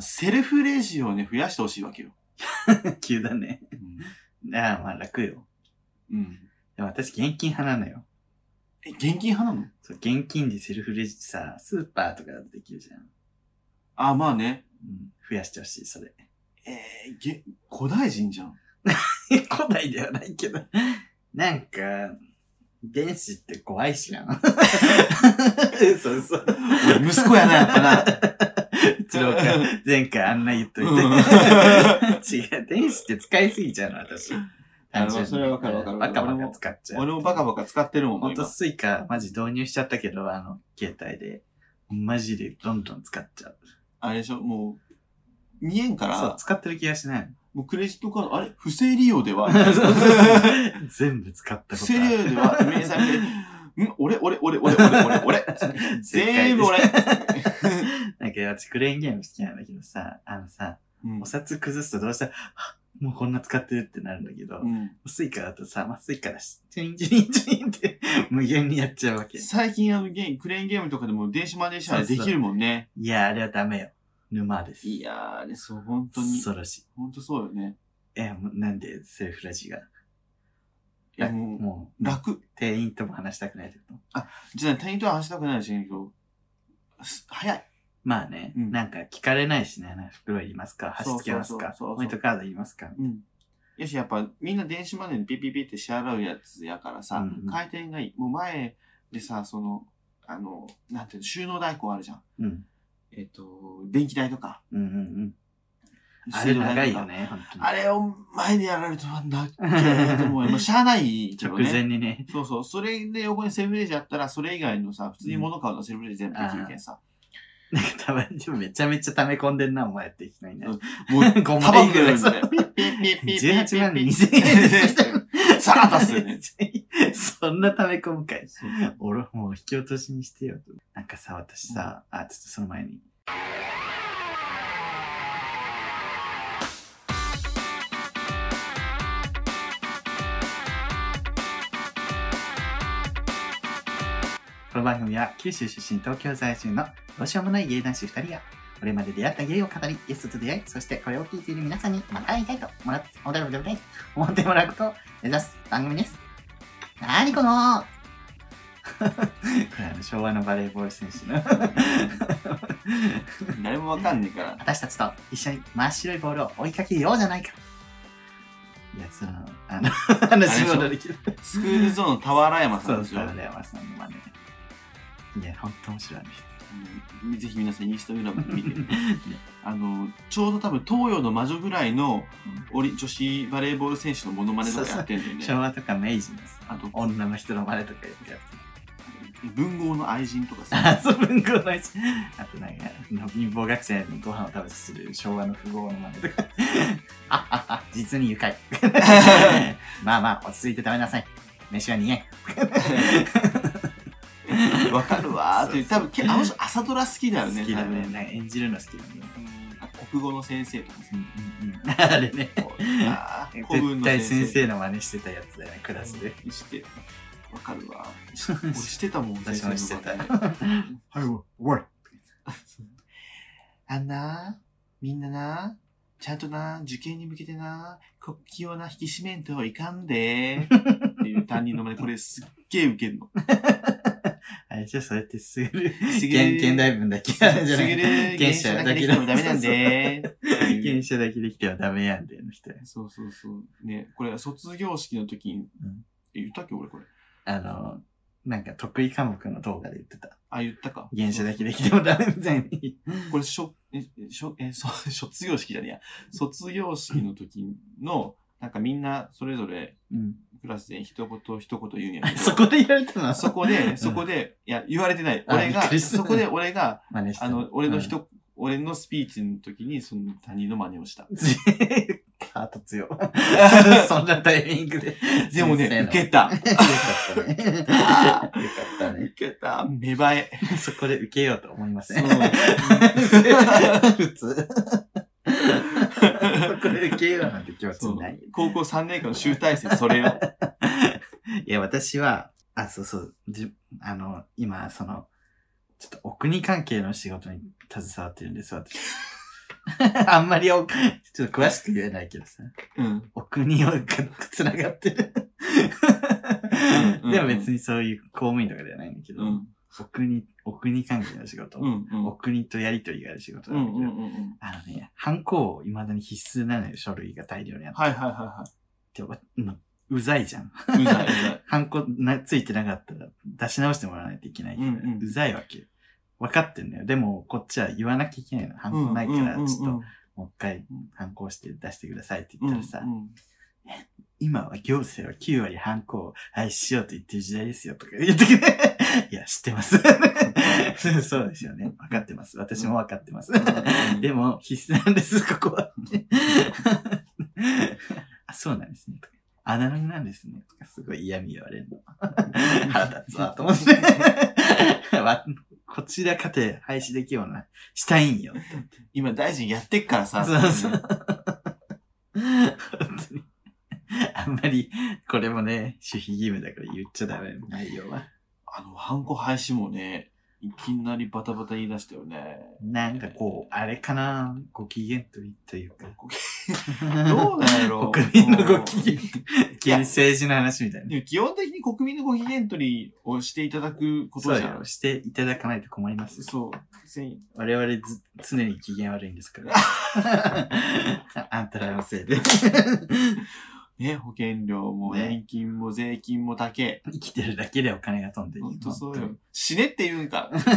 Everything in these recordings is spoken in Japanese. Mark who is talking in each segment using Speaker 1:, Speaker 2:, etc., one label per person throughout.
Speaker 1: セルフレジをね、増やしてほしいわけよ。
Speaker 2: 急だね。
Speaker 1: うん
Speaker 2: ああ、まあ楽よ。
Speaker 1: うん。
Speaker 2: でも私現金派なのよ。
Speaker 1: え、現金派なの
Speaker 2: そう、現金でセルフレジさ、スーパーとかだとできるじゃん。うん。
Speaker 1: あ、まあね。
Speaker 2: 増やしてほしい、それ。
Speaker 1: えー、げ、古代人じゃ ん。
Speaker 2: 古代ではないけど。なんか、電子って怖いしな。 嘘嘘。う
Speaker 1: おい息子やな、やっぱ な。
Speaker 2: ちのおかん前回あんな言っといて。
Speaker 1: うん
Speaker 2: 違う、電子って使いすぎちゃうの、私。
Speaker 1: あの
Speaker 2: 単純に
Speaker 1: それはわかるわかる
Speaker 2: バカバカ使っちゃう。
Speaker 1: 俺もバカバカ使ってるもん、
Speaker 2: ほんと
Speaker 1: 今
Speaker 2: スイカ、マジ導入しちゃったけど、あの、携帯で。マジでどんどん使っちゃう。
Speaker 1: あれでしょ、もう、見えんか
Speaker 2: そう
Speaker 1: ら、、
Speaker 2: 使ってる気がしない。
Speaker 1: もうクレジットカード、あれ不正利用で は
Speaker 2: そうそうそう 全部使った
Speaker 1: 不
Speaker 2: こと
Speaker 1: 正
Speaker 2: あ
Speaker 1: 利
Speaker 2: る。
Speaker 1: 用では、明細見て、 ん俺、俺、俺、俺、俺、俺、 俺。全 部俺。
Speaker 2: なんか私クレーンゲーム好きなんだけどさ、あのさ、
Speaker 1: うん
Speaker 2: お札崩すとどうしたら、 はっもうこんな使ってるってなるんだけど、
Speaker 1: うん
Speaker 2: スイカだとさ、まあ、スイカだし、チュインチュインチュインって無限にやっちゃうわけ。
Speaker 1: 最近あのゲーム、クレーンゲームとかでも電子マネーシャーでできるもんね。
Speaker 2: いや、あれはダメよ。沼です。
Speaker 1: いやー、あれそう、本当に。
Speaker 2: 恐ろしい。
Speaker 1: 本当そうよね。
Speaker 2: え、もうなんでセルフラジが。
Speaker 1: いや、
Speaker 2: 楽
Speaker 1: もう、
Speaker 2: もう、
Speaker 1: 楽。
Speaker 2: 店員とも話したくないってこと。
Speaker 1: じゃあ、他人とは話したくないしね、今日。す早い。
Speaker 2: まあね、
Speaker 1: うん
Speaker 2: なんか聞かれないしね、なんか袋いりますか箸つけます
Speaker 1: そうそうそ
Speaker 2: か
Speaker 1: うそうそう
Speaker 2: ポイントカードいりますか
Speaker 1: うん。よし、やっぱ、みんな電子マネーでピピピって支払うやつやからさ、
Speaker 2: うんうん
Speaker 1: 回転がいい。もう前でさ、その、あの、なんていうの、収納代行あるじゃん。
Speaker 2: うん。
Speaker 1: えっ、と、電気代とか。
Speaker 2: うんうんうん。あ
Speaker 1: 水
Speaker 2: れ
Speaker 1: 道代とか
Speaker 2: 長いよ。ね、本当に。
Speaker 1: あれを前でやられるとなんだっけと思 うよ。もうしゃあないけど
Speaker 2: 直
Speaker 1: ね。
Speaker 2: 前にね。
Speaker 1: そうそう。それで横にセルフレジあったら、それ以外のさ、普通に物買うのはセルフレジ全部できるけんさ。
Speaker 2: なんかたまにめちゃめちゃ溜め込んでんな、お前ってきないね。
Speaker 1: もう、
Speaker 2: ご
Speaker 1: タバ
Speaker 2: ま
Speaker 1: コ
Speaker 2: いくら
Speaker 1: るん
Speaker 2: そ
Speaker 1: だ
Speaker 2: れ
Speaker 1: よ。ピッピッピッピッピッ
Speaker 2: 18万
Speaker 1: ピッ
Speaker 2: 2000円です。
Speaker 1: さら出すよね。
Speaker 2: そんな溜め込むかい。
Speaker 1: そう
Speaker 2: 俺もう引き落としにしてよ。なんかさ、私さ、あ、ちょっとその前に。この番組は九州出身東京在住のどうしようもない芸男子2人がこれまで出会った芸を語りゲストと出会いそしてこれを聞いている皆さんにまた会いたいともらってもらうもらう思ってもらうことを目指す番組です。なーにこのこれあの昭和のバレーボール選手 の
Speaker 1: 誰もわかんねえから。
Speaker 2: 私たちと一緒に真っ白いボールを追いかけようじゃないかいやそのあ の話戻りきる
Speaker 1: スクールゾーンの俵山
Speaker 2: そ
Speaker 1: さん
Speaker 2: う
Speaker 1: です
Speaker 2: そう
Speaker 1: よ。
Speaker 2: だよ松さんの真似いやほんと面白いね
Speaker 1: うんぜひ皆さんインスタグラム見て。あの、ちょうど多分東洋の魔女ぐらいのオリ女子バレーボール選手のモノマネとかやってんだよね。
Speaker 2: 昭和とか明治の
Speaker 1: あ
Speaker 2: さ
Speaker 1: と
Speaker 2: 女の人の真似とかよくやってる
Speaker 1: 文豪の愛人とかさ。
Speaker 2: あそう文庫のやつあとなんか貧乏学生にご飯を食べさせる昭和の富豪の真似とかあああ実に愉 快まあまあ落ち着いて食べなさい飯は2円
Speaker 1: わかるわーっていう。
Speaker 2: そ
Speaker 1: 多
Speaker 2: うそう
Speaker 1: 分けあの人朝ドラ好きだよね、
Speaker 2: 好きだ
Speaker 1: 多分
Speaker 2: ね。なんか演じるの好きだね
Speaker 1: あ国語の先生とかさ
Speaker 2: うんうんうん あれね
Speaker 1: あー古文
Speaker 2: 絶
Speaker 1: の
Speaker 2: 対先
Speaker 1: 先生
Speaker 2: 生の真似してたやつだよねクラスで
Speaker 1: してわかるわ俺してたもん
Speaker 2: 私もしてた
Speaker 1: 先生の真似
Speaker 2: はいおおい
Speaker 1: あんなみんななちゃんとな受験に向けてな国旗をな引き締めんといかんでっていう担任の 前でこれすっげえウケるの
Speaker 2: あれじゃそうやってすぐる
Speaker 1: すげ
Speaker 2: 現
Speaker 1: え
Speaker 2: 現代文だけじゃない
Speaker 1: すげえ
Speaker 2: 原
Speaker 1: 原
Speaker 2: 社
Speaker 1: 社
Speaker 2: だ
Speaker 1: だ
Speaker 2: け
Speaker 1: けできてもダメなんで
Speaker 2: 原社だけできてはダメやんだよの人
Speaker 1: そうそうそうねこれ卒業式の時に
Speaker 2: うん
Speaker 1: え言ったっけ俺これ
Speaker 2: あのなんか得意科目の動画で言ってた
Speaker 1: あ言ったか
Speaker 2: 原社だけできてもダメみたいに
Speaker 1: これ、しょ、え、しょ、え、そ、卒業式じゃねえや。卒業式の時の、なんかみんなそれぞれ
Speaker 2: うん
Speaker 1: クラスで一言一言言うんやけど。
Speaker 2: そこで言われたの
Speaker 1: そこで、そこで、いや、言われてない。俺
Speaker 2: あびっ
Speaker 1: が、
Speaker 2: くりした
Speaker 1: そこで俺が、
Speaker 2: 真似した
Speaker 1: あの、俺の
Speaker 2: うん
Speaker 1: 人、俺のスピーチの時に、その他人の真似を した。
Speaker 2: ハート強。そんなタイミングで。
Speaker 1: でもね、受けた。
Speaker 2: け。 よか ったね。よかったね。
Speaker 1: 受けた。芽生え。
Speaker 2: そこで受けようと思いませ
Speaker 1: そ
Speaker 2: ん。
Speaker 1: う
Speaker 2: 普通。そこで受けようなんて気持ち
Speaker 1: そう
Speaker 2: ない。
Speaker 1: 高校3年間の集大成、それを。
Speaker 2: いや、私は、あ、そうそう、じあの、 今、その、ちょっとお国関係の仕事に携わってるんです、私。あんまりお、ちょっと詳しく言えないけどさ。
Speaker 1: うん。
Speaker 2: お国をが繋がってる。
Speaker 1: うんうん
Speaker 2: でも別にそういう公務員とかではないんだけど、
Speaker 1: うん。
Speaker 2: お国、お国関係の仕事、
Speaker 1: うん。うん
Speaker 2: お国とやりとりがある仕事
Speaker 1: う
Speaker 2: なんだ
Speaker 1: ん
Speaker 2: け
Speaker 1: う
Speaker 2: ど、
Speaker 1: んうん。
Speaker 2: あのね、ハンコを未だに必須なのよ、書類が大量にあっ
Speaker 1: はいはいは
Speaker 2: て、うんうざいじゃ
Speaker 1: い
Speaker 2: ん。
Speaker 1: はい。うざいうざい。
Speaker 2: ハンコなついてなかったら出し直してもらわないといけないから、
Speaker 1: う
Speaker 2: うん
Speaker 1: うん
Speaker 2: ざいわけよ。分かってんだよ。でも、こっちは言わなきゃいけないの。ハンコないから、ちょっと、もう一回、ハンコ押して出してくださいって言ったらさ、今は行政は9割ハンコを愛しようと言ってる時代ですよとか言ってく れ。いや、知ってます。そうそうですよね。分かってます。私も分かってます。でも、必須なんです、ここは。 あ、そうなんですね。とかアナログなんですね。とか、すごい嫌味言われるの。 腹立つわ、と思って。 わこちらかて廃止できるような、したいんよ。
Speaker 1: 今大臣やってっからさ。
Speaker 2: そうそう。本当に。あんまり、これもね、守秘義務だから言っちゃダメ、内容は。
Speaker 1: あの、ハンコ廃止もね、いきなりバタバタ言い出したよね。
Speaker 2: なんかこう、あれかな、ご機嫌取りというか。
Speaker 1: ご機 どうなんやろ
Speaker 2: 国民のご機
Speaker 1: う
Speaker 2: 嫌
Speaker 1: ん
Speaker 2: 急に政治の話みたいな。
Speaker 1: でも基本的に国民のご機嫌取りをしていただくこ
Speaker 2: そ
Speaker 1: と
Speaker 2: う
Speaker 1: じゃん
Speaker 2: よ。。していただかないと困りますよ。
Speaker 1: そう。せん
Speaker 2: 我々ず常に機嫌悪いんです から。あんたらのせいで。
Speaker 1: ね、保険料も
Speaker 2: ね
Speaker 1: 年金も税金も高え。
Speaker 2: 生きてるだけでお金が飛んでいい
Speaker 1: ほんとそう
Speaker 2: 本
Speaker 1: よ。死ねって言うんか。
Speaker 2: 当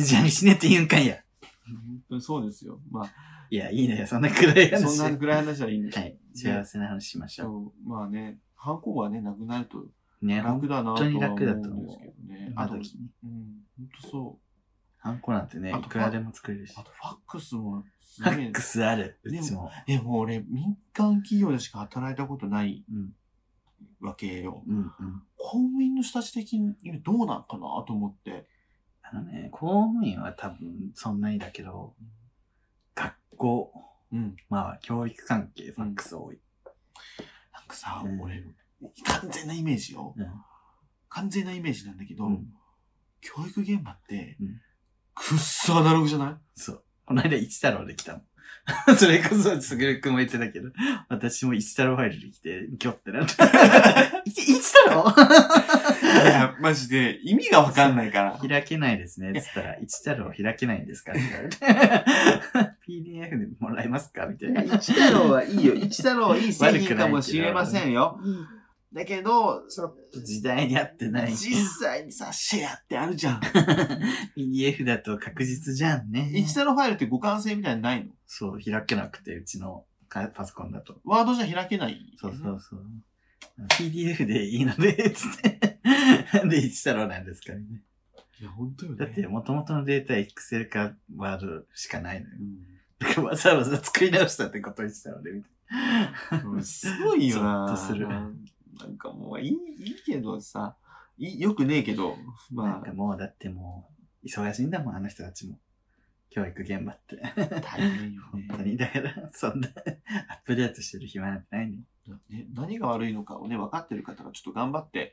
Speaker 2: にじゃあ死ねって言うんかんや。
Speaker 1: 本当にそうですよ。まあ、
Speaker 2: いや、いいね。そ んな暗い話。
Speaker 1: そんなぐらい話はいいんです
Speaker 2: は
Speaker 1: よ
Speaker 2: い。幸せな話しましょ
Speaker 1: そうまあね、ハンコはね、なくなると
Speaker 2: う。ね、
Speaker 1: 楽だなとは思うん
Speaker 2: 本当に楽だと思う
Speaker 1: ですけどね。
Speaker 2: 今
Speaker 1: あと、うん、
Speaker 2: 時ね。
Speaker 1: 本当そ
Speaker 2: ハンコなんてね、
Speaker 1: あ
Speaker 2: い
Speaker 1: と
Speaker 2: くらでも作れるし
Speaker 1: う。あ。と、ファックスもす
Speaker 2: ハ
Speaker 1: げ
Speaker 2: ッ
Speaker 1: え
Speaker 2: ク。スある。う
Speaker 1: ね
Speaker 2: ちも。
Speaker 1: でも俺、民間企業でしか働いたことない
Speaker 2: うん。
Speaker 1: わけよ。
Speaker 2: うんうん。
Speaker 1: 公務員の人たち的にどうなんかなと思って。
Speaker 2: あのね、公務員は多分そんなにだけど、学校、
Speaker 1: うん。
Speaker 2: まあ教育関係、ファックス多い。
Speaker 1: なんかさ、
Speaker 2: うん
Speaker 1: 俺、完全なイメージよ。
Speaker 2: うん。
Speaker 1: 完全なイメージなんだけど、
Speaker 2: うん
Speaker 1: 教育現場って、
Speaker 2: うん
Speaker 1: くっそアナログじゃない
Speaker 2: そう。この間一太郎できたの。 それこそ、すぐるくんも言ってたけど、私も一太郎ファイルできて、ギョってなった。 い一太郎
Speaker 1: いや、マジで、意味がわかんないから。
Speaker 2: 開けないですね。つったら、一太郎開けないんですかって言われ て PDF でもらえますかみたいな。
Speaker 1: 一太郎はい いよ。一太郎はいい製品かもしれませんよ。だけど、
Speaker 2: ちょっと時代に合ってない。
Speaker 1: 実際にさ、シェアってあるじゃん。
Speaker 2: PDF だと確実じゃんね。
Speaker 1: 一太郎ファイルって互換性みたいなのないの
Speaker 2: そう、開けなくて、うちのかパソコンだと。
Speaker 1: ワードじゃ開けない。
Speaker 2: そうそうそう。PDF でいいので、つって。で、一太郎なんですかね。
Speaker 1: いや、本当よね。
Speaker 2: だって、元々のデータ Excel か Word しかないのよ
Speaker 1: う。
Speaker 2: だからわざわざ作り直したってことにしたので、みたいな。
Speaker 1: ん、すごいよな。
Speaker 2: ゾッとする
Speaker 1: なんかもう、いい、いいけどさ、いいよくねえけど、
Speaker 2: な
Speaker 1: ま
Speaker 2: んかもうだってもう、忙しいんだもん、あの人たちも。教育現場っ て。
Speaker 1: あ、大変よ
Speaker 2: 本当
Speaker 1: ね。
Speaker 2: に。だから、そんな、 アップデートしてる暇なんてないね。
Speaker 1: ね何が悪いのかをね、分かってる方がちょっと頑張って、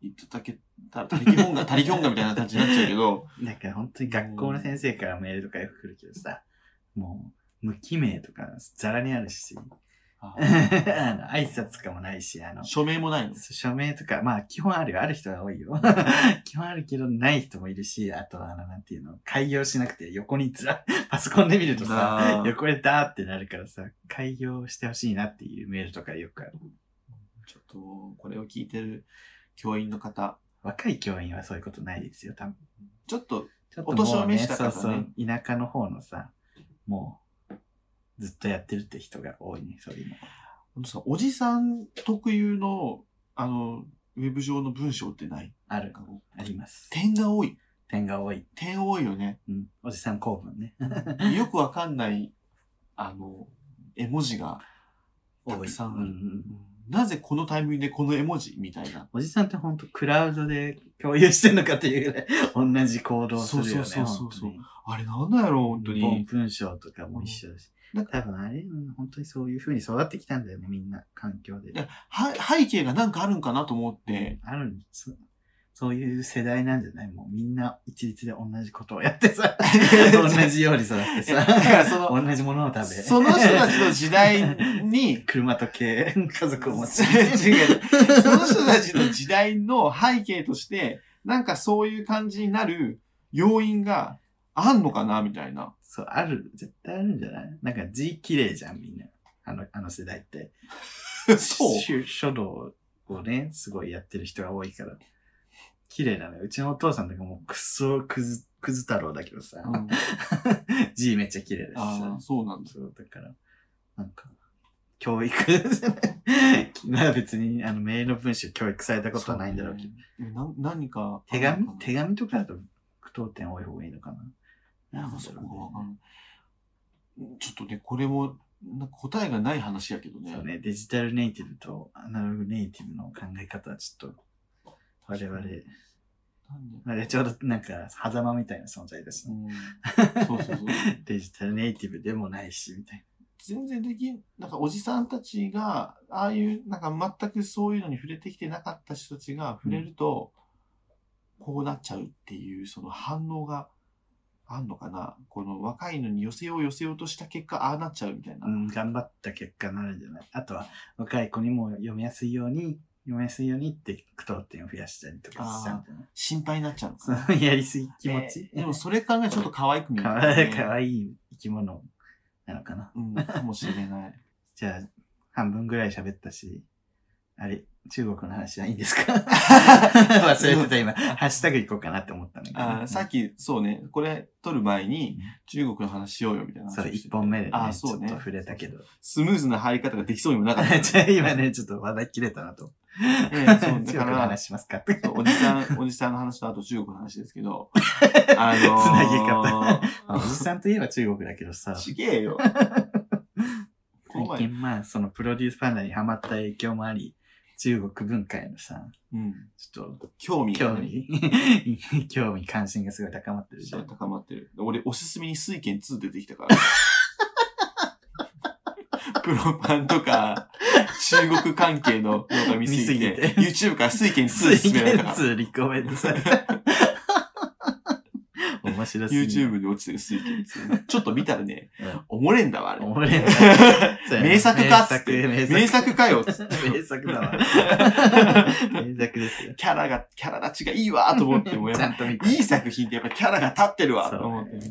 Speaker 1: 言ってたけた、たりき本が、たりき本がみたいな感じになっちゃうけど、
Speaker 2: なんか本当に学校の先生からメールとかよく来るけどさ、もう、無記名とか、ざらにあるし、 あの、挨拶とかもないし、あの、
Speaker 1: 署名もないの。
Speaker 2: 署名とか、まあ、基本あるよ。ある人は多いよ。 基本あるけど、ない人もいるし、あとは、あの、なんていうの、開業しなくて、横にずら、 パソコンで見ると
Speaker 1: あ
Speaker 2: さ、
Speaker 1: ー
Speaker 2: 横でダーってなるからさ、開業してほしいなっていうメールとかよくある。
Speaker 1: ちょっと、これを聞いてる教員の方、
Speaker 2: 若い教員はそういうことないですよ、多分。
Speaker 1: ちょっと、
Speaker 2: ちょっ
Speaker 1: お年を召した
Speaker 2: そ
Speaker 1: 方
Speaker 2: う
Speaker 1: ね
Speaker 2: そう、田舎の方のさ、もう、ずっとやってるって人が多いね、そういうの。
Speaker 1: あのさおじさん特有の、あの、ウェブ上の文章ってない
Speaker 2: あ
Speaker 1: なん
Speaker 2: る
Speaker 1: か、こう
Speaker 2: あります。
Speaker 1: 点が多い。
Speaker 2: 点が多い。
Speaker 1: 点多いよ ね。
Speaker 2: うん。おじさん構文ね。
Speaker 1: よくわかんない、あの、絵文字が、たくさんある
Speaker 2: 多いうんうん
Speaker 1: なぜこのタイミングでこの絵文字みたいな。
Speaker 2: おじさんってほんとクラウドで共有してんのかっていうぐ らい同じ行動するよね。
Speaker 1: そうそうそうそう
Speaker 2: 本
Speaker 1: あれなんだろう、本
Speaker 2: 当
Speaker 1: 当
Speaker 2: に本
Speaker 1: に。
Speaker 2: 文章とかも一緒だし。
Speaker 1: うん
Speaker 2: 多分あれ、うん本当にそういう風に育ってきたんだよね、みんな、環境で。
Speaker 1: やは背景がなんかあるんかなと思って、
Speaker 2: あるんです。そういう世代なんじゃないもうみんな一律で同じことをやって さ、 同
Speaker 1: 同
Speaker 2: じように育っ て
Speaker 1: だから
Speaker 2: さ、
Speaker 1: その、
Speaker 2: 同じものを食べ。、
Speaker 1: その人たちの時代に
Speaker 2: 車と系、家族を持つ。
Speaker 1: 違うその人たちの時代の背景として、なんかそういう感じになる要因があんのかなみたいな。
Speaker 2: そう、ある、絶対あるんじゃないなんか字綺麗じゃん、みんな。あの、あの世代って。書書道をね、すごいやってる人が多いから。綺麗なのよ。うちのお父さんとかもうくっそくず、くず太郎だけどさ、
Speaker 1: うん
Speaker 2: 字めっちゃ綺麗だし
Speaker 1: あ
Speaker 2: さ
Speaker 1: あ、。そうなんだ。
Speaker 2: そう、だから、なんか、教育。 まあ別に、あの、メールの文章教育されたことはないんだろうけど。
Speaker 1: そうね。な何か。
Speaker 2: 手紙手紙とかだと、句読点多い方がいいのかな。
Speaker 1: なんかそ
Speaker 2: だ
Speaker 1: こ
Speaker 2: ろ
Speaker 1: がわか
Speaker 2: うん
Speaker 1: ないちょっとね、これも、なんか答えがない話やけどね。
Speaker 2: そうね、デジタルネイティブとアナログネイティブの考え方はちょっと、我々、
Speaker 1: なんで。
Speaker 2: あれちょうどなんか、狭間みたいな存在だし
Speaker 1: う
Speaker 2: ね。
Speaker 1: んそうそう そう。
Speaker 2: デジタルネイティブでもないし、みたい
Speaker 1: 全然できん、なんかおじさんたちが、ああいう、なんか全くそういうのに触れてきてなかった人たちが触れると、こうなっちゃうっていう、その反応があんのかな。この若いのに寄せよう寄せようとした結果、ああなっちゃうみたいな。
Speaker 2: な。うん、頑張った結果になるんじゃないあとは、若い子にも読みやすいように、読みやすいようにって句読点を増やしたりとかしちゃうんじゃない
Speaker 1: 心配になっちゃうのか
Speaker 2: そ
Speaker 1: な。
Speaker 2: のやりすぎ 気持ち。
Speaker 1: えーでもそれ考えるとちょっと可愛く見え
Speaker 2: か
Speaker 1: る、
Speaker 2: わいい、かわいい生き物なのかな。
Speaker 1: うん、かもしれない。
Speaker 2: じゃあ、半分ぐらい喋ったし、あれ、中国の話はいい んですか 忘れてた今、ハッシュタグいこうかなって思ったんだけど。
Speaker 1: あーさっき、そうね、これ撮る前に中国の話しようよみたいな話
Speaker 2: そ
Speaker 1: を
Speaker 2: う、
Speaker 1: して
Speaker 2: 一
Speaker 1: て
Speaker 2: 本目でね
Speaker 1: あー
Speaker 2: ちょ
Speaker 1: そう
Speaker 2: っ
Speaker 1: ね
Speaker 2: と触れたけど。。
Speaker 1: スムーズな入り方ができそうにもなかった
Speaker 2: じゃあ今ね、ちょっと話題切れたなと。
Speaker 1: え
Speaker 2: 中
Speaker 1: そう
Speaker 2: 国
Speaker 1: だから
Speaker 2: の話しますか
Speaker 1: そうおじさん、おじさんの話とあと中国の話ですけ ど、あ
Speaker 2: つなぎ
Speaker 1: のー
Speaker 2: 方、おじさんといえば中国だけどさ、
Speaker 1: ちげえよ。この
Speaker 2: 最
Speaker 1: 前、
Speaker 2: 近まあ、そのプロデュースパンダにハマった影響もあり、中国文化へのさ、
Speaker 1: うん、
Speaker 2: ちょっと、
Speaker 1: 興味
Speaker 2: 興
Speaker 1: がね
Speaker 2: 味、 興味関心がすごい高まってるじゃん。
Speaker 1: 高まってる。俺、おすすめに水拳2出てきた から。プロパンとか、中国関係の動画見すぎて、
Speaker 2: 見す
Speaker 1: YouTube から水拳2
Speaker 2: 水
Speaker 1: 進められたか
Speaker 2: 源
Speaker 1: ら。
Speaker 2: 通リコメントされ た。面白すぎる。
Speaker 1: YouTube で落ちてる水拳2。ちょっと見たらね、
Speaker 2: うん。
Speaker 1: おもれんだわ、あれ。
Speaker 2: おもれんだそうやな
Speaker 1: 名作かっつって。
Speaker 2: 名作、名
Speaker 1: 名
Speaker 2: 作。
Speaker 1: 作かよっつって。
Speaker 2: 名作だわ。 名作ですよ。
Speaker 1: キャラが、キャラ立ちがいいわと思っても、やっ
Speaker 2: ち
Speaker 1: ぱ
Speaker 2: ゃんと見て。
Speaker 1: いい作品ってやっぱキャラが立ってるわと思って見て、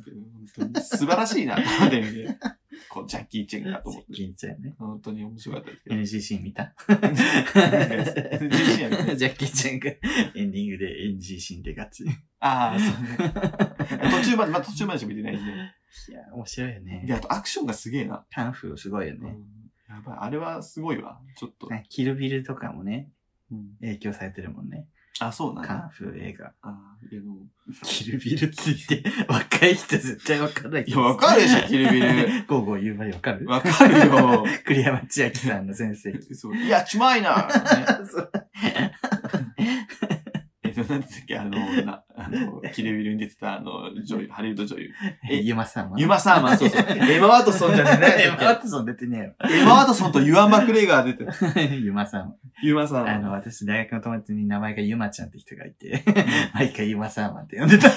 Speaker 1: 本当に素晴らしいなと思って見て、 こうジャッキー・チェンがと思って、
Speaker 2: 聞いちゃうね。
Speaker 1: 本当に面白かったですけど。
Speaker 2: NGC 見た
Speaker 1: NGC やね
Speaker 2: ジャッキーちゃんがエンディングで NGC で勝ち。い
Speaker 1: ああ、そうね。途中まで、まあ途中までしか見てないんで。
Speaker 2: や、面白いよ
Speaker 1: で、
Speaker 2: ね。
Speaker 1: あとアクションがすげえな。
Speaker 2: カンフーすごいよ
Speaker 1: うん
Speaker 2: ね。
Speaker 1: やばい、あれはすごいわ。ちょっと。
Speaker 2: なんかキルビルとかもね、
Speaker 1: うん
Speaker 2: 影響されてるもんね。
Speaker 1: あ、そうなん
Speaker 2: カ
Speaker 1: だ。
Speaker 2: ンフー映画。
Speaker 1: あーいやでも
Speaker 2: キルビルって言って、 若い人絶対わかんない
Speaker 1: いや、わかるで しょ、キルビル。。
Speaker 2: ゴーゴー言う前わかる
Speaker 1: わかる よ。
Speaker 2: 栗山千明さんの先生。
Speaker 1: そういや、ちまいな。ね
Speaker 2: そう
Speaker 1: えっと、なんつっけ、あの、な、あ の、キルビルに出てた、あの、女優、ハリウッド女優。え
Speaker 2: ユマさんは。
Speaker 1: ユマサーマン、そうそう。 エマ・ワトソンじゃね
Speaker 2: エ
Speaker 1: え
Speaker 2: マ
Speaker 1: な
Speaker 2: ワトソン出てね
Speaker 1: エマ・ワトソンとユアン・マクレイガー出てる。
Speaker 2: えよ。ユ マさんは。
Speaker 1: ユマサーマ
Speaker 2: あ
Speaker 1: ン。
Speaker 2: の、私、大学の友達に名前がユマちゃんって人がいて、毎回ユマサーマンって呼ん でた。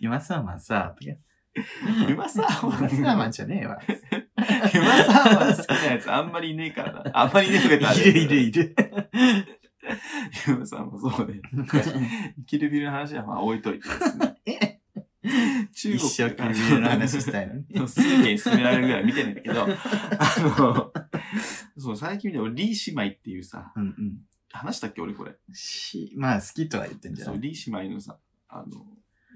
Speaker 2: ユマサーマンさ、とか。ユ
Speaker 1: ユマサー
Speaker 2: マ
Speaker 1: マ
Speaker 2: サ
Speaker 1: ン。
Speaker 2: ーマンじゃねえわ。
Speaker 1: ユマサーマン好きなやつあんまりいねえからな。あんまりいねえとか言ったらあ
Speaker 2: い
Speaker 1: れ
Speaker 2: るいるいる。
Speaker 1: ユマサーマン、そうね。キルビルの話はまあ置いといてですね。中
Speaker 2: 一生キルビルの話したいのに。
Speaker 1: 水軒勧められるぐらい見てないんだけど、 あの、そう、最近見て、俺、リー姉妹っていうさ、
Speaker 2: うんうん。
Speaker 1: 話したっけ俺これ。
Speaker 2: し、まあ、好きとは言ってんじゃ
Speaker 1: そ
Speaker 2: な
Speaker 1: う、
Speaker 2: い。
Speaker 1: リー姉妹のさ、あの、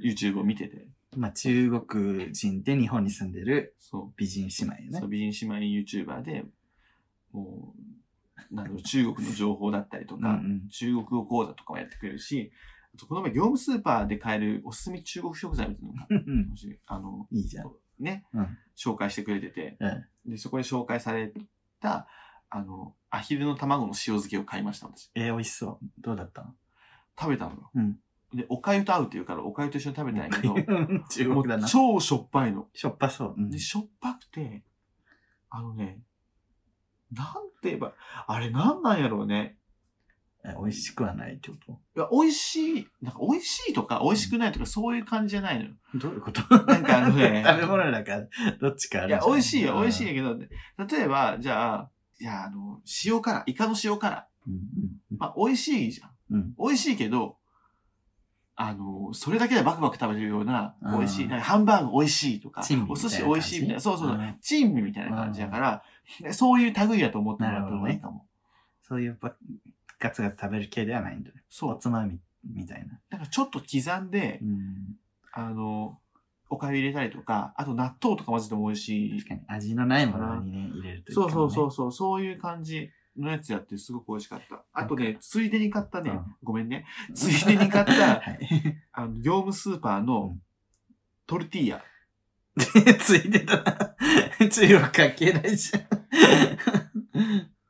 Speaker 1: YouTube を見てて、
Speaker 2: まあ、中国人で日本に住んでる
Speaker 1: そ
Speaker 2: 美人姉
Speaker 1: う、
Speaker 2: 妹
Speaker 1: そ
Speaker 2: よ
Speaker 1: う
Speaker 2: ね。
Speaker 1: 美人姉妹 YouTuber で、もう、なんだろう、 中国の情報だったりと
Speaker 2: うんう
Speaker 1: か、
Speaker 2: ん。
Speaker 1: 中国語講座とかもやってくれるし、あとこの前、業務スーパーで買えるおすすめ中国食材みたいなのが、
Speaker 2: うん
Speaker 1: もしあの、
Speaker 2: いいじゃん。
Speaker 1: ね、
Speaker 2: うん
Speaker 1: 紹介してくれてて、
Speaker 2: うん
Speaker 1: で、そこで紹介された、あの、アヒルの卵の塩漬けを買いました、私。
Speaker 2: えー、美味しそう。どうだった
Speaker 1: 食べたのよ。
Speaker 2: うん
Speaker 1: で、おかゆと合うって言うから、おかゆと一緒に食べてないけど、
Speaker 2: 中国だな。
Speaker 1: 超しょっぱいの。
Speaker 2: しょっぱそう。うん
Speaker 1: で、しょっぱくて、あのね、なんて言えば、あれなんなんやろうね。
Speaker 2: え美味しくはないってこと
Speaker 1: いや、美味しい、なんか美味しいとか美味しくないとかそういう感じじゃないのよ。
Speaker 2: どういうこと
Speaker 1: なんかあの ね
Speaker 2: 食べ物だから、どっちかある
Speaker 1: い
Speaker 2: じゃん
Speaker 1: や、美味しいよ、美味しいん。
Speaker 2: う
Speaker 1: やけど、例えば、じゃあ、いや、あの、塩辛、イカの塩辛。
Speaker 2: んうん
Speaker 1: まあ、美味しいじゃん。
Speaker 2: うん
Speaker 1: 美味しいけど、あの、それだけでバクバク食べれるような、
Speaker 2: うん
Speaker 1: 美味しい。なんかハンバーグ美味しいとか
Speaker 2: 珍味、み
Speaker 1: お
Speaker 2: たいな
Speaker 1: 寿司美味しいみたい
Speaker 2: 感
Speaker 1: な、
Speaker 2: じ
Speaker 1: そうそうそうう、
Speaker 2: ん
Speaker 1: 珍味みたいな感じだから、でそういう類やと思ってもらった方がいいかも。
Speaker 2: そういうばガツガツ食べる系ではないんだね。
Speaker 1: そう
Speaker 2: おつまみみたいな。
Speaker 1: なんかちょっと刻んで、
Speaker 2: うん
Speaker 1: あの、おかゆ入れたりとか、あと納豆とか混ぜても美味しい
Speaker 2: 確かに味のないものにね、入れるというか
Speaker 1: そ
Speaker 2: ね
Speaker 1: うそうそうそう、そういう感じのやつやってすごく美味しかった。あとね、ついでに買ったね、
Speaker 2: うん
Speaker 1: ごめんね、ついでに買った
Speaker 2: はい。
Speaker 1: あの業務スーパー
Speaker 2: う
Speaker 1: の
Speaker 2: ん
Speaker 1: トルティーヤ。
Speaker 2: ついてたな。 つゆは関係ないじゃん。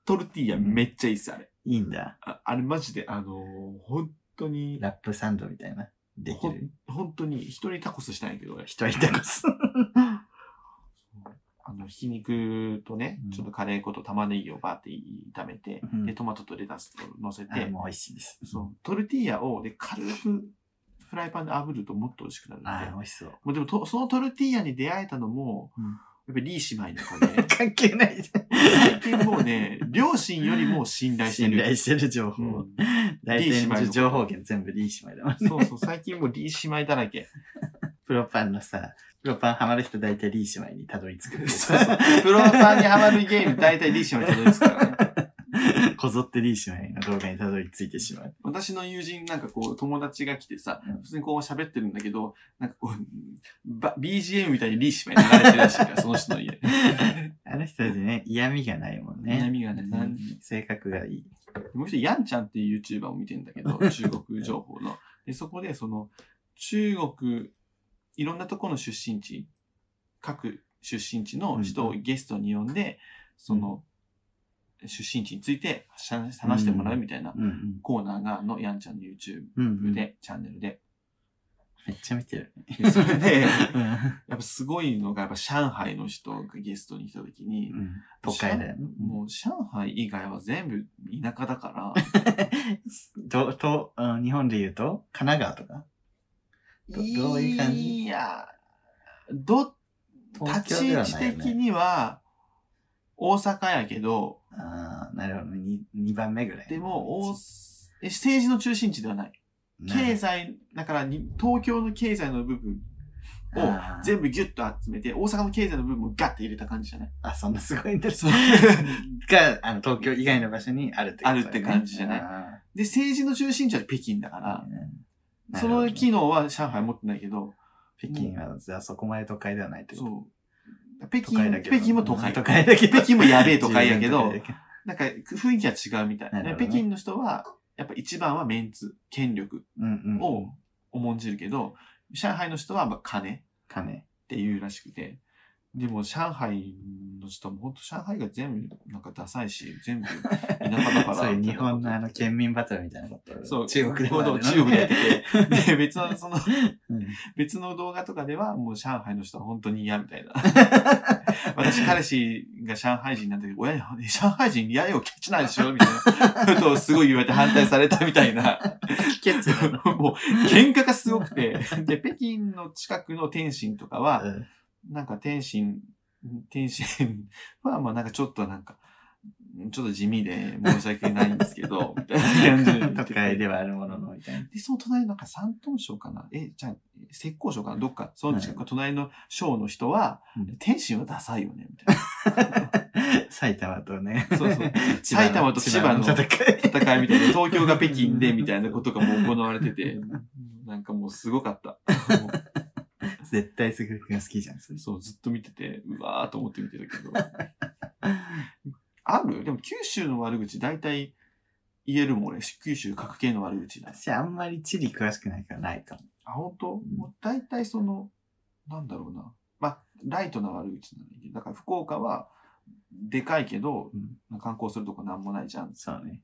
Speaker 1: トルティーヤ
Speaker 2: うん
Speaker 1: めっちゃいいっす、あれ。
Speaker 2: いいんだ。
Speaker 1: ああれマジで、あのー本当に、
Speaker 2: ラップサンドみたいな。でき
Speaker 1: ほ
Speaker 2: る。
Speaker 1: 本当に一人タコスしたんやけど、俺
Speaker 2: 一人でこそ。
Speaker 1: あの、ひき肉とね
Speaker 2: うん、
Speaker 1: ちょっとカレー粉と玉ねぎをバーって炒めて、
Speaker 2: うん
Speaker 1: で、トマトとレタスと乗せ
Speaker 2: あ
Speaker 1: て、
Speaker 2: もう美味しいです。
Speaker 1: そう、トルティーヤを、で、軽くフライパンで炙るともっと美味しくなるんで。
Speaker 2: ああ、美味しそう。
Speaker 1: もうでもと、そのトルティーヤに出会えたのも、
Speaker 2: うん。
Speaker 1: やっぱりリー姉妹のおかげ
Speaker 2: 関係ないじゃん。
Speaker 1: 最近もう ね、両親よりも信頼して
Speaker 2: 信
Speaker 1: る。
Speaker 2: 頼してる情報。
Speaker 1: うん
Speaker 2: 大
Speaker 1: リー姉妹
Speaker 2: 体
Speaker 1: の
Speaker 2: 情報源全部リー姉妹だもんね。
Speaker 1: そうそう、最近もうリー姉妹だらけ。
Speaker 2: プロパンのさ、プロパンハマる人大体リー姉妹にたどり着く。
Speaker 1: そうそう。 プロパンにハマるゲーム、大体リー姉妹たどり着くからね。
Speaker 2: こぞってリー姉妹の動画にたどり着いてしま う。
Speaker 1: 私の友人なんかこう、友達が来てさ、普通にこう喋ってるんだけど、なんかこう、ば BGM みたいにリー姉妹流れてるらしいから、その人の家。
Speaker 2: あの人でね、嫌味がないもんね。
Speaker 1: 悩みがね、なん
Speaker 2: 性格がいい。
Speaker 1: もう一人、ヤンちゃんっていう YouTuber を見てんだけ ど、中国情報の。で、そこで、その、中国、いろんなところの出身地、各出身地の人をゲストに呼んで、その、出身地について話話してもらうみたいな
Speaker 2: うんうん。
Speaker 1: コーナーが、のヤンちゃんの YouTube
Speaker 2: うんうん、
Speaker 1: で、チャンネルで。
Speaker 2: めっちゃ見てる。
Speaker 1: でそれで、
Speaker 2: うん
Speaker 1: やっぱすごいのが、やっぱ上海の人がゲストに来た時に
Speaker 2: う、ん都会だよね。
Speaker 1: もう上海以外は全部田舎だから、
Speaker 2: ど と、うん日本で言うと、神奈川とかどどういう感じ
Speaker 1: いや、ど、
Speaker 2: 東
Speaker 1: 立
Speaker 2: 京
Speaker 1: ち位
Speaker 2: では
Speaker 1: 置
Speaker 2: ないよ
Speaker 1: 的
Speaker 2: ね。
Speaker 1: には大阪やけど、
Speaker 2: ああ、なるほど。に二番目ぐらい。
Speaker 1: でも大、え政治の中心地ではない。
Speaker 2: なる
Speaker 1: 経済、だからに東京の経済の部分
Speaker 2: ほど
Speaker 1: を
Speaker 2: あー
Speaker 1: 全部ギュッと集めて、大阪の経済の部分をガッて入れた感じじゃない
Speaker 2: あ、そんなすごいんです
Speaker 1: そう
Speaker 2: が、あの、東京以外の場所にあるってことだよね
Speaker 1: あるって感じじゃない
Speaker 2: あ
Speaker 1: で、政治の中心地は北京だから
Speaker 2: ー、うんなる
Speaker 1: そ
Speaker 2: ほど
Speaker 1: の
Speaker 2: ね
Speaker 1: 機能は上海持ってないけど、
Speaker 2: 北京は、じゃあそこまで都会ではないってこと
Speaker 1: そう。北
Speaker 2: 都会だ
Speaker 1: 京、
Speaker 2: けど
Speaker 1: 北京も都会。
Speaker 2: 都会だけど。
Speaker 1: 北京もやべえ都会やけど
Speaker 2: 十分都会だ
Speaker 1: なんか雰囲気は違うみたい。
Speaker 2: なるほどね
Speaker 1: 北京の人は、やっぱ一番はメンツ、権力
Speaker 2: うんうん。
Speaker 1: を重んじるけど、上海の人はまあ金っ
Speaker 2: 金。
Speaker 1: ていうらしくて、でも上海の人はも本当上海が全部なんかダサいし、全部田舎だから。
Speaker 2: そういう日本のあの、県民バトルみたいなこと。
Speaker 1: そう、
Speaker 2: 中国でも
Speaker 1: も
Speaker 2: あるのね
Speaker 1: 中国でやってて、で、別の、その、
Speaker 2: うん
Speaker 1: 別の動画とかでは、もう上海の人は本当に嫌みた いな。私、彼氏が上海人なんだけど、親に、上海人嫌よ、ケチなんでしょみたいなことをすごい言われて反対されたみたいな。
Speaker 2: ケチなの
Speaker 1: もう、喧嘩がすごくて。で、北京の近くの天津とかは、
Speaker 2: うん
Speaker 1: なんか天津、天津は、まあなんかちょっとなんか、ちょっと地味で申し訳ないんですけ ど、みたいな感じで言って
Speaker 2: 都
Speaker 1: て。
Speaker 2: 会ではあるものの、みた いな。
Speaker 1: で、その隣のなんか山東省かなえ、じゃあ、浙江省かなどっか、その近く、隣の省の人は、
Speaker 2: うん
Speaker 1: 天津はダサいよね、みたいな。
Speaker 2: 埼玉とね。
Speaker 1: そうそう。
Speaker 2: 千葉の
Speaker 1: 埼玉と千葉の
Speaker 2: 千戦い。
Speaker 1: 戦いみ たいな、東京が北京で、みたいなことがもう行われてて、なんかもうすごか った。も
Speaker 2: 絶対すぐくん好きじゃん、そうれ。
Speaker 1: そう、ずっと見てて、うわーと思って見てたけど。あるでも九州の悪口、大体言えるもん、俺。九州各県の悪口だ。
Speaker 2: 私あんまり地理詳しくないからないかも。
Speaker 1: あ、本当
Speaker 2: ん
Speaker 1: もう大体その、なんだろうな。まあ、ライトな悪口なんだけど、だから福岡は、でかいけど、
Speaker 2: う ん
Speaker 1: 観光するとこなんもないじゃん。
Speaker 2: そうね。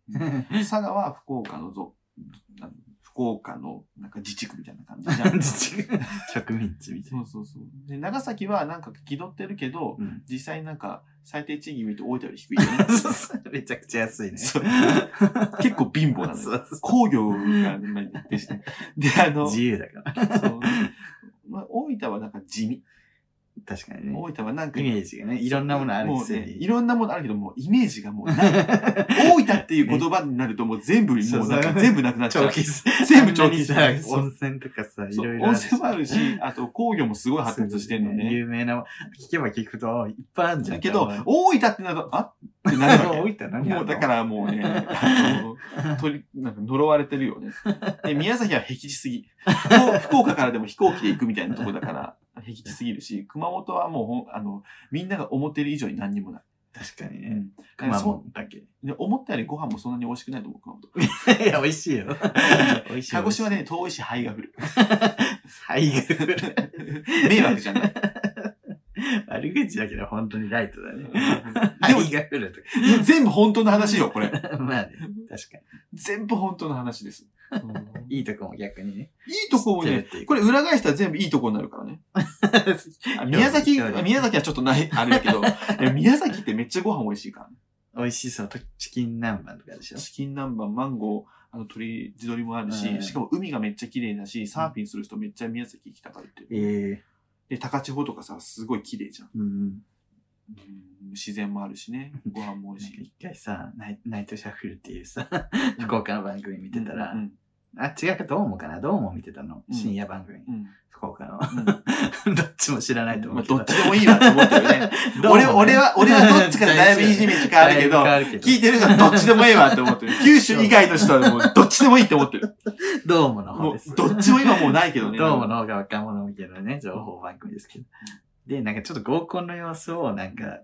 Speaker 1: 佐賀は福岡のぞ、あの福岡のなんか自治区みたいな感じじゃん。
Speaker 2: 自治区植民地みたい
Speaker 1: そうそうそう。で、長崎はなんか気取ってるけど、
Speaker 2: な。うん。
Speaker 1: 実際なんか最低賃金見ると大分より低いよね
Speaker 2: そうそうめちゃくちゃ安いね。
Speaker 1: そう結構貧乏なの
Speaker 2: そ
Speaker 1: よ。
Speaker 2: うそう
Speaker 1: 工業がでして。で、あの、
Speaker 2: 自由だから。
Speaker 1: そうまあ、大分はなんか地味。
Speaker 2: 確かにね。
Speaker 1: 大分はなんか
Speaker 2: イメージがね、いろんなものある
Speaker 1: も
Speaker 2: く
Speaker 1: う
Speaker 2: せ
Speaker 1: ね、
Speaker 2: に。
Speaker 1: いろんなものあるけど、もうイメージがもうない。 大分っていう言葉になるともう全部、も
Speaker 2: そう
Speaker 1: う
Speaker 2: そう
Speaker 1: なんか全部なくなっちゃ
Speaker 2: 長
Speaker 1: う。
Speaker 2: 期す
Speaker 1: 全部長期する
Speaker 2: あんなにさ温泉とかさ、い
Speaker 1: そう
Speaker 2: ろいろあ
Speaker 1: 温
Speaker 2: るし。
Speaker 1: 泉もあるし、あと工業もすごい発達してんのね。
Speaker 2: 有名な、聞けば聞くと、いっぱいあるじゃん。
Speaker 1: だけど
Speaker 2: 多分、
Speaker 1: 大分ってなると、あってなるわけ。
Speaker 2: 大分何
Speaker 1: もうだからもうね、 あの取り、なんか呪われてる よね。で、宮崎は僻地すぎ。福岡福岡からでも飛行機で行くみたいなとこだから、僻地すぎるし、熊本はもうほん、あの、みんなが思ってる以上に何にもない。
Speaker 2: 確かに
Speaker 1: う
Speaker 2: ね。
Speaker 1: ん
Speaker 2: 熊
Speaker 1: そ
Speaker 2: 本だけ。
Speaker 1: で思ったよりご飯もそんなに美味しくないと思う、熊本。
Speaker 2: いや、美味しいよ。美味しい。
Speaker 1: 鹿児島でね、遠いし灰が降る。
Speaker 2: はい。
Speaker 1: 迷惑じゃない。
Speaker 2: 悪口だけど、本当にライトだね。
Speaker 1: でも
Speaker 2: 愛、が来ると
Speaker 1: 全部本当の話よ、これ。
Speaker 2: か。 まあね、確か
Speaker 1: 全部本当の話です。うんい
Speaker 2: に。いいとこも逆にね。
Speaker 1: いとこをね、これ裏返したら全部いいとこになるからね。
Speaker 2: れ、
Speaker 1: あ宮崎、
Speaker 2: そうね
Speaker 1: 宮崎はちょっとない、あれだけど、え宮崎ってめっちゃご飯美味しいからね。
Speaker 2: 美味しそう。チキン南蛮とかでしょ。
Speaker 1: チキン南蛮、マンゴー、あの鳥、地鶏もあるし、
Speaker 2: うん
Speaker 1: しかも海がめっちゃ綺麗だし、サーフィンする人めっちゃ宮崎行きたがってる。
Speaker 2: ええ。
Speaker 1: で、高千穂とかさ、すごい綺麗じゃん。
Speaker 2: うん。
Speaker 1: うん自然もあるしね、ご飯も美味
Speaker 2: なん
Speaker 1: し
Speaker 2: か
Speaker 1: い。
Speaker 2: 一回さナイ、ナイトシャッフルっていうさ、福岡の番組見てたら、
Speaker 1: うん
Speaker 2: あ、違うか、どうもかな、どうも見てたの。
Speaker 1: うん
Speaker 2: 深夜番組。
Speaker 1: うんうん
Speaker 2: 福岡の。
Speaker 1: うん
Speaker 2: どっちも知らないと思
Speaker 1: まあ
Speaker 2: うけど。
Speaker 1: どっちでもいいなって思ってるね。
Speaker 2: どうも
Speaker 1: 俺、
Speaker 2: ね
Speaker 1: 俺 は、俺はどっちかでだいぶいじめ変わるけど、
Speaker 2: だいぶ変わるけ
Speaker 1: 聞いてる人はどっちでもいいわって思ってる。九州以外の人はもうどっちでもいいって思って る。
Speaker 2: ど、どうもの方
Speaker 1: も
Speaker 2: です。
Speaker 1: う、どっちも今もうないけどね。
Speaker 2: どうもの方が若者向けのね、情報番組ですけど。で、なんかちょっと合コンの様子をなんか、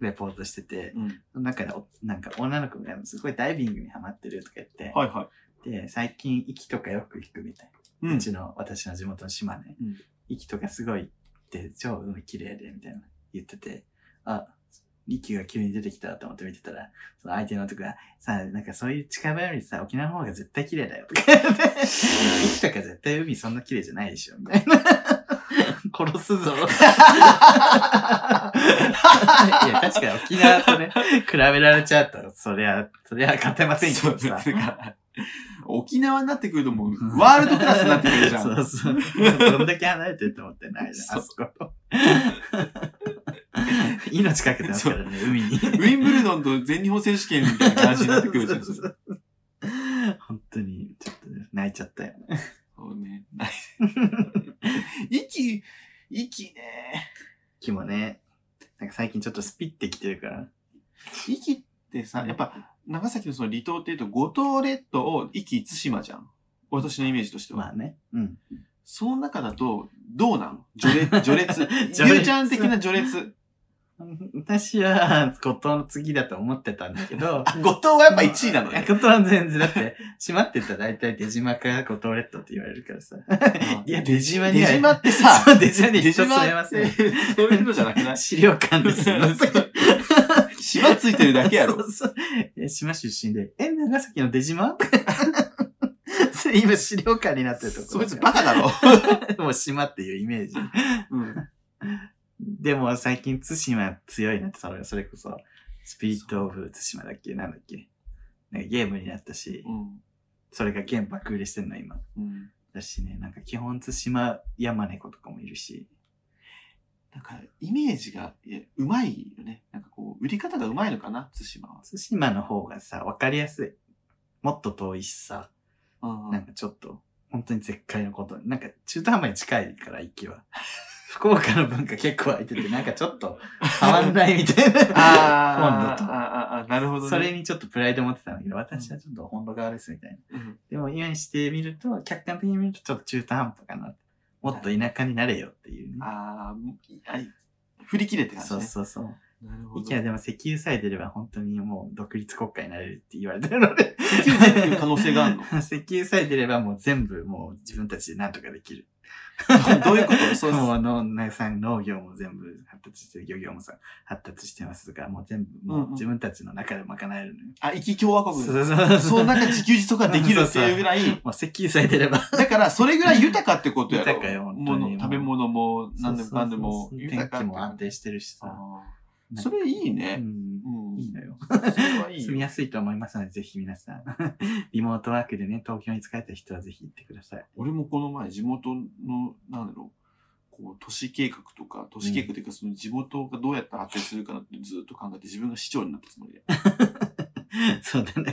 Speaker 2: レポートしてて、
Speaker 1: うん。
Speaker 2: その中でお、なんか女の子がすごいダイビングにハマってるとか言って、
Speaker 1: はいはい。
Speaker 2: で、最近、息とかよく行くみたい。
Speaker 1: う。
Speaker 2: うんちの、私の地元の島ね
Speaker 1: うん、
Speaker 2: 息とかすごいって、超海綺麗で、みたいな言ってて、あ、息が急に出てきたと思って見てたら、その相手の男が、さあ、なんかそういう近場よりさ、沖縄の方が絶対綺麗 だよ、とか言って、息とか絶対海そんな綺麗じゃないでしょ、みた いな。殺すぞ。いや、確かに沖縄とね、比べられちゃうと、そりゃ、そりゃ勝てませんけ
Speaker 1: そう
Speaker 2: どさ。
Speaker 1: だから沖縄になってくるともう、ワールドクラスになってくるじゃん。
Speaker 2: そうそう。どんだけ離れてると思ってないじゃん、あそこと。 命かけてますからね、海に。
Speaker 1: ウィンブルドンと全日本選手権みたいな感じになってくるじゃん。
Speaker 2: そう
Speaker 1: そ
Speaker 2: そううそう本当に、ちょっとね、泣いちゃったよね。
Speaker 1: ね。 息、息ね。
Speaker 2: 気もね、なんか最近ちょっとスピってきてるから。
Speaker 1: 息ってさ、やっぱ、長崎のその離島っていうと、五島列島を息対馬じゃん。私のイメージとしては。
Speaker 2: まあね。うん。
Speaker 1: その中だと、どうなの序 列、序列。
Speaker 2: 列
Speaker 1: ゆうちゃん的な序列。
Speaker 2: 私は、五島の次だと思ってたんだけど、
Speaker 1: 五島 はやっぱ1位なの
Speaker 2: いや
Speaker 1: ね。
Speaker 2: 五島は全然、だって、島って言ったら大体出島か五島列島って言われるからさ。いや、出島に
Speaker 1: 出
Speaker 2: は。
Speaker 1: 島ってさ、
Speaker 2: そう、出島には
Speaker 1: 出
Speaker 2: 一つ
Speaker 1: 島
Speaker 2: もい
Speaker 1: っ
Speaker 2: ま
Speaker 1: て
Speaker 2: せん。
Speaker 1: そういうのじゃなくない
Speaker 2: 資料館ですよ。
Speaker 1: 島ついてるだけやろ。
Speaker 2: そうそうえ島出身で、え、長崎の出島それ 今資料館になってるとこ
Speaker 1: そ
Speaker 2: ろ
Speaker 1: い つバカだろ。
Speaker 2: もう島っていうイメージ。
Speaker 1: うん。
Speaker 2: でも最近対馬強いなって、それそれこそ、スピリットオブ対馬だっけなんだっけなんかゲームになったし、それが現爆売れしてんの今。
Speaker 1: うん。
Speaker 2: だしね、なんか基本対馬山猫とかもいるし。
Speaker 1: なんか、イメージが、いやうまいよね。なんかこう、売り方がうまいのかな、対馬は。
Speaker 2: 対馬の方がさ、わかりやすい。もっと遠いしさ、
Speaker 1: うん
Speaker 2: なんかちょっと、本当に絶海のこと。なんか中途半端に近いから、息は。 福岡の文化結構空いてて、なんかちょっと変わんないみたいな。
Speaker 1: あー
Speaker 2: 本土
Speaker 1: あー、あーあー、なるほど
Speaker 2: と。
Speaker 1: ね。
Speaker 2: それにちょっとプライド持ってたんだけど、私はちょっと本土側ですみたいな。
Speaker 1: うん、
Speaker 2: でも今にしてみると、客観的に見るとちょっと中途半端かな。もっと田舎になれよっていうね。
Speaker 1: あーあい、振り切れって感じ
Speaker 2: そう
Speaker 1: ね。
Speaker 2: そうそう。
Speaker 1: なるほ
Speaker 2: イ
Speaker 1: ど。
Speaker 2: ケアでも石油さえ出れば本当にもう独立国家になれるって言われてるので。
Speaker 1: 石油出てくる可能性があるの
Speaker 2: 石油さえ出ればもう全部もう自分たちで何とかできる。
Speaker 1: どういうことそう
Speaker 2: もう農農産農業も全部発達してる、漁業もさ発達してますとか、もう全部もう自分たちの中で賄えるのよ。
Speaker 1: あ、生き共和国。
Speaker 2: そうそう
Speaker 1: その中自給自足ができるっていうぐらい、
Speaker 2: もう石油さえ出れば。
Speaker 1: だからそれぐらい豊かってことやろ。
Speaker 2: 豊かよ本当に
Speaker 1: もの食べ物も何でもかんでも
Speaker 2: そうそうそう
Speaker 1: 豊か
Speaker 2: 天
Speaker 1: っ
Speaker 2: 気
Speaker 1: て
Speaker 2: も安定してるしさ。
Speaker 1: あーそれいいね。
Speaker 2: うん
Speaker 1: うん。
Speaker 2: いいのよ。
Speaker 1: それはいい
Speaker 2: 住み
Speaker 1: よ。
Speaker 2: やすいと思いますので、ぜひ皆さん、リモートワークでね、東京に疲れた人はぜひ行ってください。
Speaker 1: 俺もこの前地元の、なんだろう。こう都市計画とか、都市計画というか、その地元がどうやって発展するかなってずっと考えて、自分が市長になったつも りで。
Speaker 2: そうだ、なんか、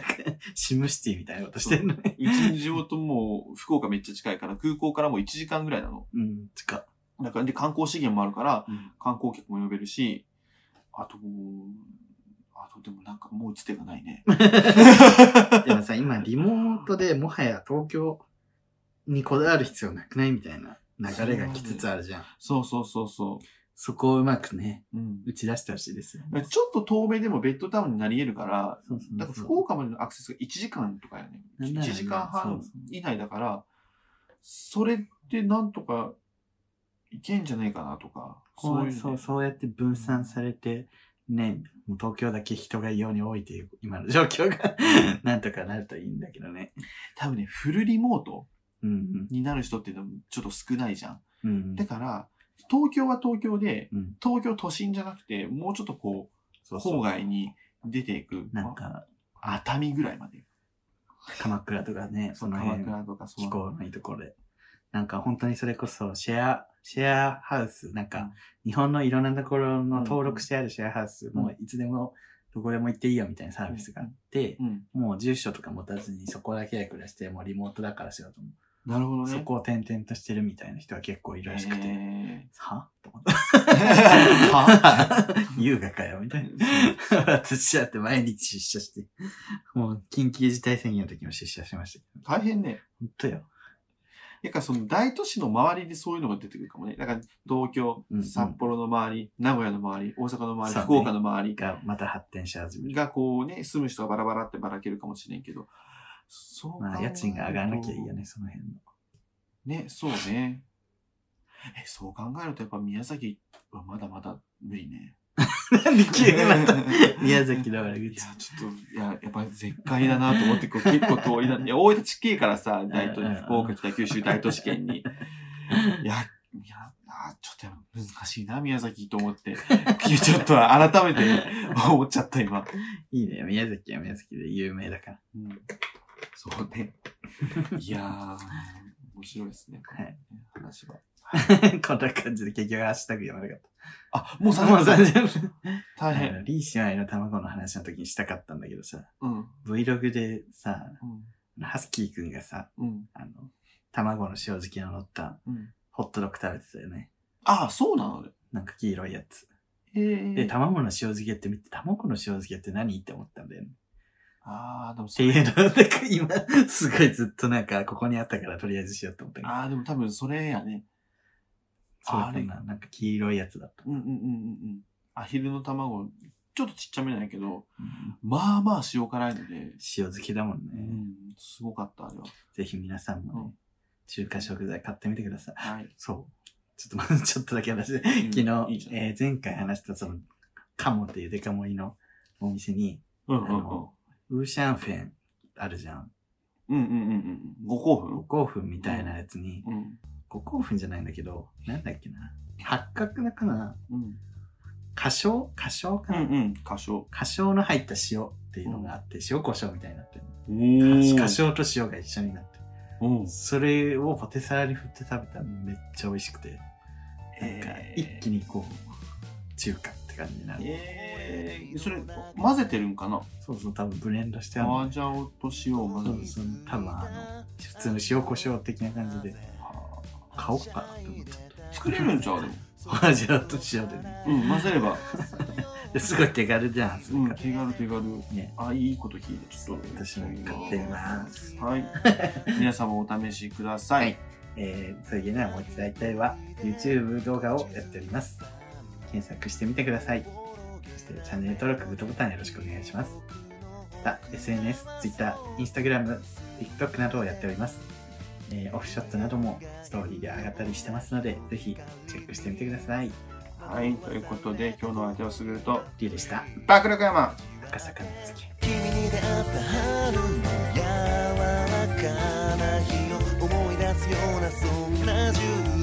Speaker 2: シムシティみたいなことしてるのね。
Speaker 1: うちの地元も福岡めっちゃ近いから、空港からもう1時間ぐらいなの。
Speaker 2: うん、つか。
Speaker 1: だから、で、観光資源もあるから、
Speaker 2: うん
Speaker 1: 観光客も呼べるし、あと、あとでもなんかもう打つ手がない ね。
Speaker 2: でもさ、今、リモートでもはや東京にこだわる必要なくないみたいな流れが来つつあるじゃん。
Speaker 1: そうそうそうそ
Speaker 2: そこをうまくね、
Speaker 1: う。うん。
Speaker 2: 打ち出してほしいですよね。
Speaker 1: ちょっと遠目でもベッドタウンになり得るから、
Speaker 2: そうそうそう
Speaker 1: だから福岡までのアクセスが1時間とかやね。
Speaker 2: なんな
Speaker 1: 1
Speaker 2: らね
Speaker 1: 時間半
Speaker 2: そう
Speaker 1: 以内だから、それってなんとかいけんじゃないかなとか、
Speaker 2: こう
Speaker 1: そういう
Speaker 2: そ
Speaker 1: の
Speaker 2: う
Speaker 1: ね。
Speaker 2: そうやって分散されて、ね、もう東京だけ人が異様に多いという、今の状況がなんとかなるといいんだけどね。
Speaker 1: 多分ね、フルリモート
Speaker 2: うん
Speaker 1: になる人っていうのもちょっと少ないじゃん。
Speaker 2: うん。うん
Speaker 1: だから、東京は東京で、
Speaker 2: うん。
Speaker 1: 東京都心じゃなくて、もうちょっとこう、
Speaker 2: そうそう
Speaker 1: 郊外に出ていく、
Speaker 2: なんか、
Speaker 1: 熱海ぐらいまで。
Speaker 2: 鎌倉とかね、その
Speaker 1: 鎌
Speaker 2: 辺、
Speaker 1: 倉とか、そ
Speaker 2: 気
Speaker 1: の。
Speaker 2: 候のいいところで。なんか本当にそれこそシェア、シェアハウス、なん
Speaker 1: う
Speaker 2: か
Speaker 1: ん
Speaker 2: 日本のいろんなところの
Speaker 1: う
Speaker 2: 登
Speaker 1: ん
Speaker 2: 録してあるシェアハウス、
Speaker 1: ん
Speaker 2: もういつでもどこでも行っていいよみたいなサービスがあって、
Speaker 1: うん。
Speaker 2: もう住所とか持たずにそこだけで暮らして、もうリモートだからしようと思う。
Speaker 1: なるほどね。
Speaker 2: そこを転々としてるみたいな人は結構いるらしくて、
Speaker 1: え
Speaker 2: はと思った。
Speaker 1: ーは
Speaker 2: 優雅かよ、みたいな。私だって毎日出社して、もう緊急事態宣言の時も出社しましたけど。
Speaker 1: 大変ね。
Speaker 2: 本当よ。
Speaker 1: だからその大都市の周りでそういうのが出てくるかもね。だから東京
Speaker 2: うんう、ん
Speaker 1: 札幌の周り、名古屋の周り、大阪の周り、
Speaker 2: そうね
Speaker 1: 福岡の周
Speaker 2: がまた発展し始め
Speaker 1: り
Speaker 2: る。
Speaker 1: がこうね、住む人がバラバラってばらけるかもしれんけど、そう考える
Speaker 2: ま
Speaker 1: と
Speaker 2: あ、家賃が上がらなきゃいいよね、。その辺の。
Speaker 1: ね、そうね。え、そう考えるとやっぱ宮崎はまだまだ無理ね。
Speaker 2: なんで急にまた 宮崎の悪
Speaker 1: い
Speaker 2: 口
Speaker 1: や。、ちょっと、いや、やっぱり絶海だなと思って、こう結構遠いな。いや、大分地形からさ、大都
Speaker 2: うんうんうん
Speaker 1: 福岡、北九州大都市圏に。いや、いや、あちょっとやっぱ難しいな、宮崎と思って。ちょっと改めて思っちゃった、今。
Speaker 2: いいね、宮崎は宮崎で有名だから。
Speaker 1: うん、そうね。いやー、面白いですね、このね話は。
Speaker 2: こんな感じで結局ハッシュタグ読まなかっ
Speaker 1: あ、もう
Speaker 2: た。
Speaker 1: 3
Speaker 2: も
Speaker 1: 分
Speaker 2: う
Speaker 1: だ。
Speaker 2: 30分。
Speaker 1: 大
Speaker 2: あ
Speaker 1: 変。
Speaker 2: のリー姉妹の卵の話の時にしたかったんだけどさ、
Speaker 1: うん。うん
Speaker 2: Vlog でさ、ハスキーくんがさ、
Speaker 1: うん。
Speaker 2: あの、卵の塩漬けの乗った
Speaker 1: うん。
Speaker 2: ホットドッグ食べてたよね。
Speaker 1: あ、そうなのね。
Speaker 2: なんか黄色いやつ。
Speaker 1: えー、
Speaker 2: で、卵の塩漬けって見て、卵の塩漬けって何って思ったんだよね。
Speaker 1: あー、でも
Speaker 2: っ
Speaker 1: そ
Speaker 2: て
Speaker 1: れ
Speaker 2: いうのを、なんか今、すごいずっとなんか、ここにあったからとりあえずしようと思ったけど。
Speaker 1: あー、でも多分それやね。
Speaker 2: そうだ
Speaker 1: あ
Speaker 2: っ
Speaker 1: れ
Speaker 2: たな。なんか黄色いやつだった。
Speaker 1: うんうんうんうんうん。アヒルの卵、ちょっとちっちゃめなんやけど、まあまあ塩辛いので、
Speaker 2: 塩漬けだもんね。
Speaker 1: うん、すごかった、あれは。
Speaker 2: ぜひ皆さんもね、
Speaker 1: うん
Speaker 2: 中華食材買ってみてください。
Speaker 1: はい。
Speaker 2: そう。ちょっとまずちょっとだけ話で、 昨日、
Speaker 1: いいじゃん
Speaker 2: えー前回話したその、カモっていうデカ盛りのお店に、
Speaker 1: うん
Speaker 2: あの、ウーシャンフェンあるじゃん。
Speaker 1: うんうんうんうん。ご興
Speaker 2: 五
Speaker 1: 奮
Speaker 2: 香粉みたいなやつに、
Speaker 1: うん。
Speaker 2: 五香粉じゃないんだけど、なんだっけな。八角だかな
Speaker 1: うん。
Speaker 2: 花椒花椒か
Speaker 1: う
Speaker 2: な、
Speaker 1: んうん。歌唱。
Speaker 2: 花椒の入った塩っていうのがあって、塩胡椒みたいになってる。
Speaker 1: お
Speaker 2: 花
Speaker 1: ー。
Speaker 2: 椒と塩が一緒になってる。
Speaker 1: うん。
Speaker 2: それをポテサラに振って食べたらめっちゃ美味しくて、なんか
Speaker 1: えー
Speaker 2: 一気にこう、中華って感じになる。
Speaker 1: えー、それ、混ぜてるんかな
Speaker 2: そうそう、多分ブレンドしてあるの
Speaker 1: 麻雀と塩を混ぜ
Speaker 2: そ
Speaker 1: てる
Speaker 2: うそう、多分あの、普通の塩胡椒的な感じで、
Speaker 1: あ
Speaker 2: 買おうかなと思って。
Speaker 1: ー作れるんちゃうでも。
Speaker 2: マジャと塩でね。
Speaker 1: うん、混ぜれば。
Speaker 2: ですごい手軽じゃん、そ
Speaker 1: うん、
Speaker 2: れか
Speaker 1: 手軽手軽。
Speaker 2: ね。
Speaker 1: あ、いいこと聞いて、ちょっと。
Speaker 2: 私も買ってみます。
Speaker 1: はい。皆様お試しください。
Speaker 2: えー、そういうのはもう一度会いたいは YouTube 動画をやっております。検索してみてください。そししてチャンネル登録、グッドボタンよろしくお願いします。また、SNS、Twitter、Instagram、TikTok などをやっております。えーオフショットなどもストーリーで上がったりしてますので、ぜひチェックしてみてください。
Speaker 1: はい、ということで、今日の相手をすぐると、
Speaker 2: リュウでした。
Speaker 1: 爆力山
Speaker 2: 赤坂の月。
Speaker 3: 君に出会った春の柔らかな日を思い出すようなそんな10